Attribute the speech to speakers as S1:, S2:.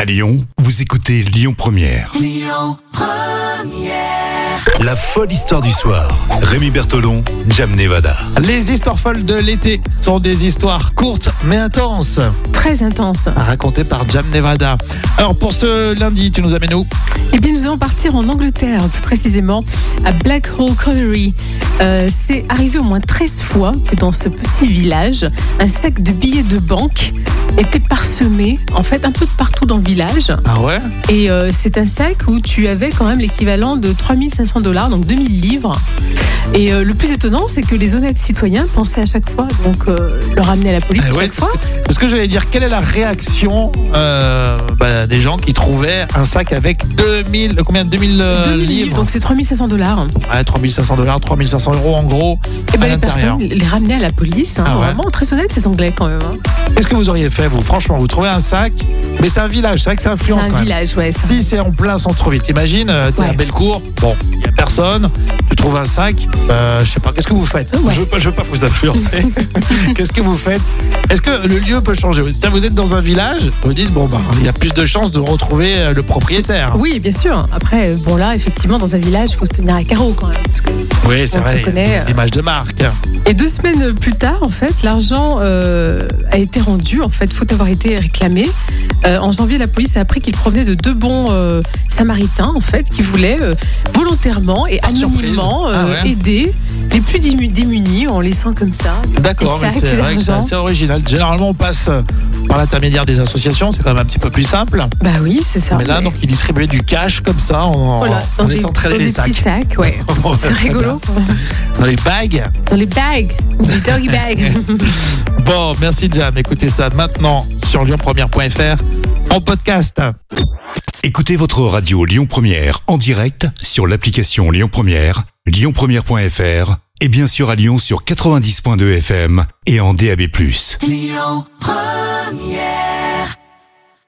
S1: À Lyon, vous écoutez Lyon Première. Lyon Première. La folle histoire du soir. Rémi Bertolon, Jam Nevada.
S2: Les histoires folles de l'été sont des histoires courtes mais intenses,
S3: Très intense.
S2: racontées par Jam Nevada. Alors pour ce lundi, tu nous amènes où
S3: Et Eh bien, nous allons partir en Angleterre, plus précisément à Blackhall Colliery. Euh, C'est arrivé au moins 13 fois que dans ce petit village, un sac de billets de banque était parsemé, en fait, un peu de partout dans le village.
S2: Ah ouais
S3: Et euh, c'est un sac où tu avais quand même l'équivalent de 3500 dollars, donc 2000 livres. Et euh, le plus étonnant, c'est que les honnêtes citoyens pensaient à chaque fois, donc euh, leur amener à la police
S2: Eh
S3: à
S2: ouais,
S3: chaque
S2: parce
S3: fois.
S2: que, parce que j'allais dire, quelle est la réaction euh, bah, des gens qui trouvaient un sac avec 2000, combien 2000, euh,
S3: 2000 livres,
S2: livres
S3: donc c'est 3500 dollars.
S2: Ouais, 3500 dollars, 3500 euros en gros à
S3: Et ben les
S2: l'intérieur.
S3: personnes les ramenaient à la police. hein,
S2: Ah ouais.
S3: Vraiment, très honnête, ces Anglais quand même. hein.
S2: Qu'est-ce que vous auriez fait, vous Franchement, vous trouvez un sac, mais c'est un village, c'est vrai que ça
S3: C'est
S2: influence
S3: un
S2: quand même.
S3: village, ouais. c'est-
S2: Si c'est en plein centre-ville, t'imagines, euh, t'es à
S3: Ouais.
S2: Bellecour, bon, il n'y a personne, tu trouves un sac, euh, je sais pas, qu'est-ce que vous faites
S3: Ouais.
S2: Je veux pas- je veux pas vous influencer. qu'est-ce que vous faites Est-ce que le lieu peut changer Si vous êtes dans un village, vous dites, bon, bah, il y a plus de chances de retrouver euh, le propriétaire.
S3: Oui, bien sûr. Après, euh, bon là, effectivement, dans un village, il faut se tenir à carreau quand même. parce que-
S2: Oui, c'est
S3: On se
S2: vrai.
S3: connaît. euh,
S2: L'image de marque.
S3: Et deux semaines plus tard, en fait, l'argent euh, a été rendu. En fait, faut avoir été réclamé. Euh, en janvier, la police a appris qu'il provenait de deux bons euh, Samaritains, en fait, qui voulaient euh, volontairement et
S2: Par surprise.
S3: anonymement
S2: Ah
S3: euh,
S2: ouais.
S3: aider les plus dimu- démunis en laissant comme ça.
S2: D'accord,
S3: Des
S2: mais
S3: sacs
S2: c'est vrai que c'est
S3: d'argent.
S2: assez original. Généralement, on passe euh, par l'intermédiaire des associations, c'est quand même un petit peu plus simple.
S3: Bah oui, c'est ça.
S2: mais là, donc, ils distribuaient du cash comme ça en,
S3: Voilà,
S2: en
S3: dans des,
S2: laissant traîner
S3: dans
S2: les
S3: des
S2: sacs.
S3: petits sacs, Oh, ouais. C'est
S2: Très bien.
S3: rigolo. quand même.
S2: Dans les bagues.
S3: Dans les bags, des doggy bags.
S2: Bon, merci Jam. Écoutez ça maintenant sur lyonpremière.fr en podcast.
S1: Écoutez votre radio Lyon Première en direct sur l'application Lyon Première, lyonpremière.fr et bien sûr à Lyon sur 90.2 FM et en DAB+.
S4: Lyon Première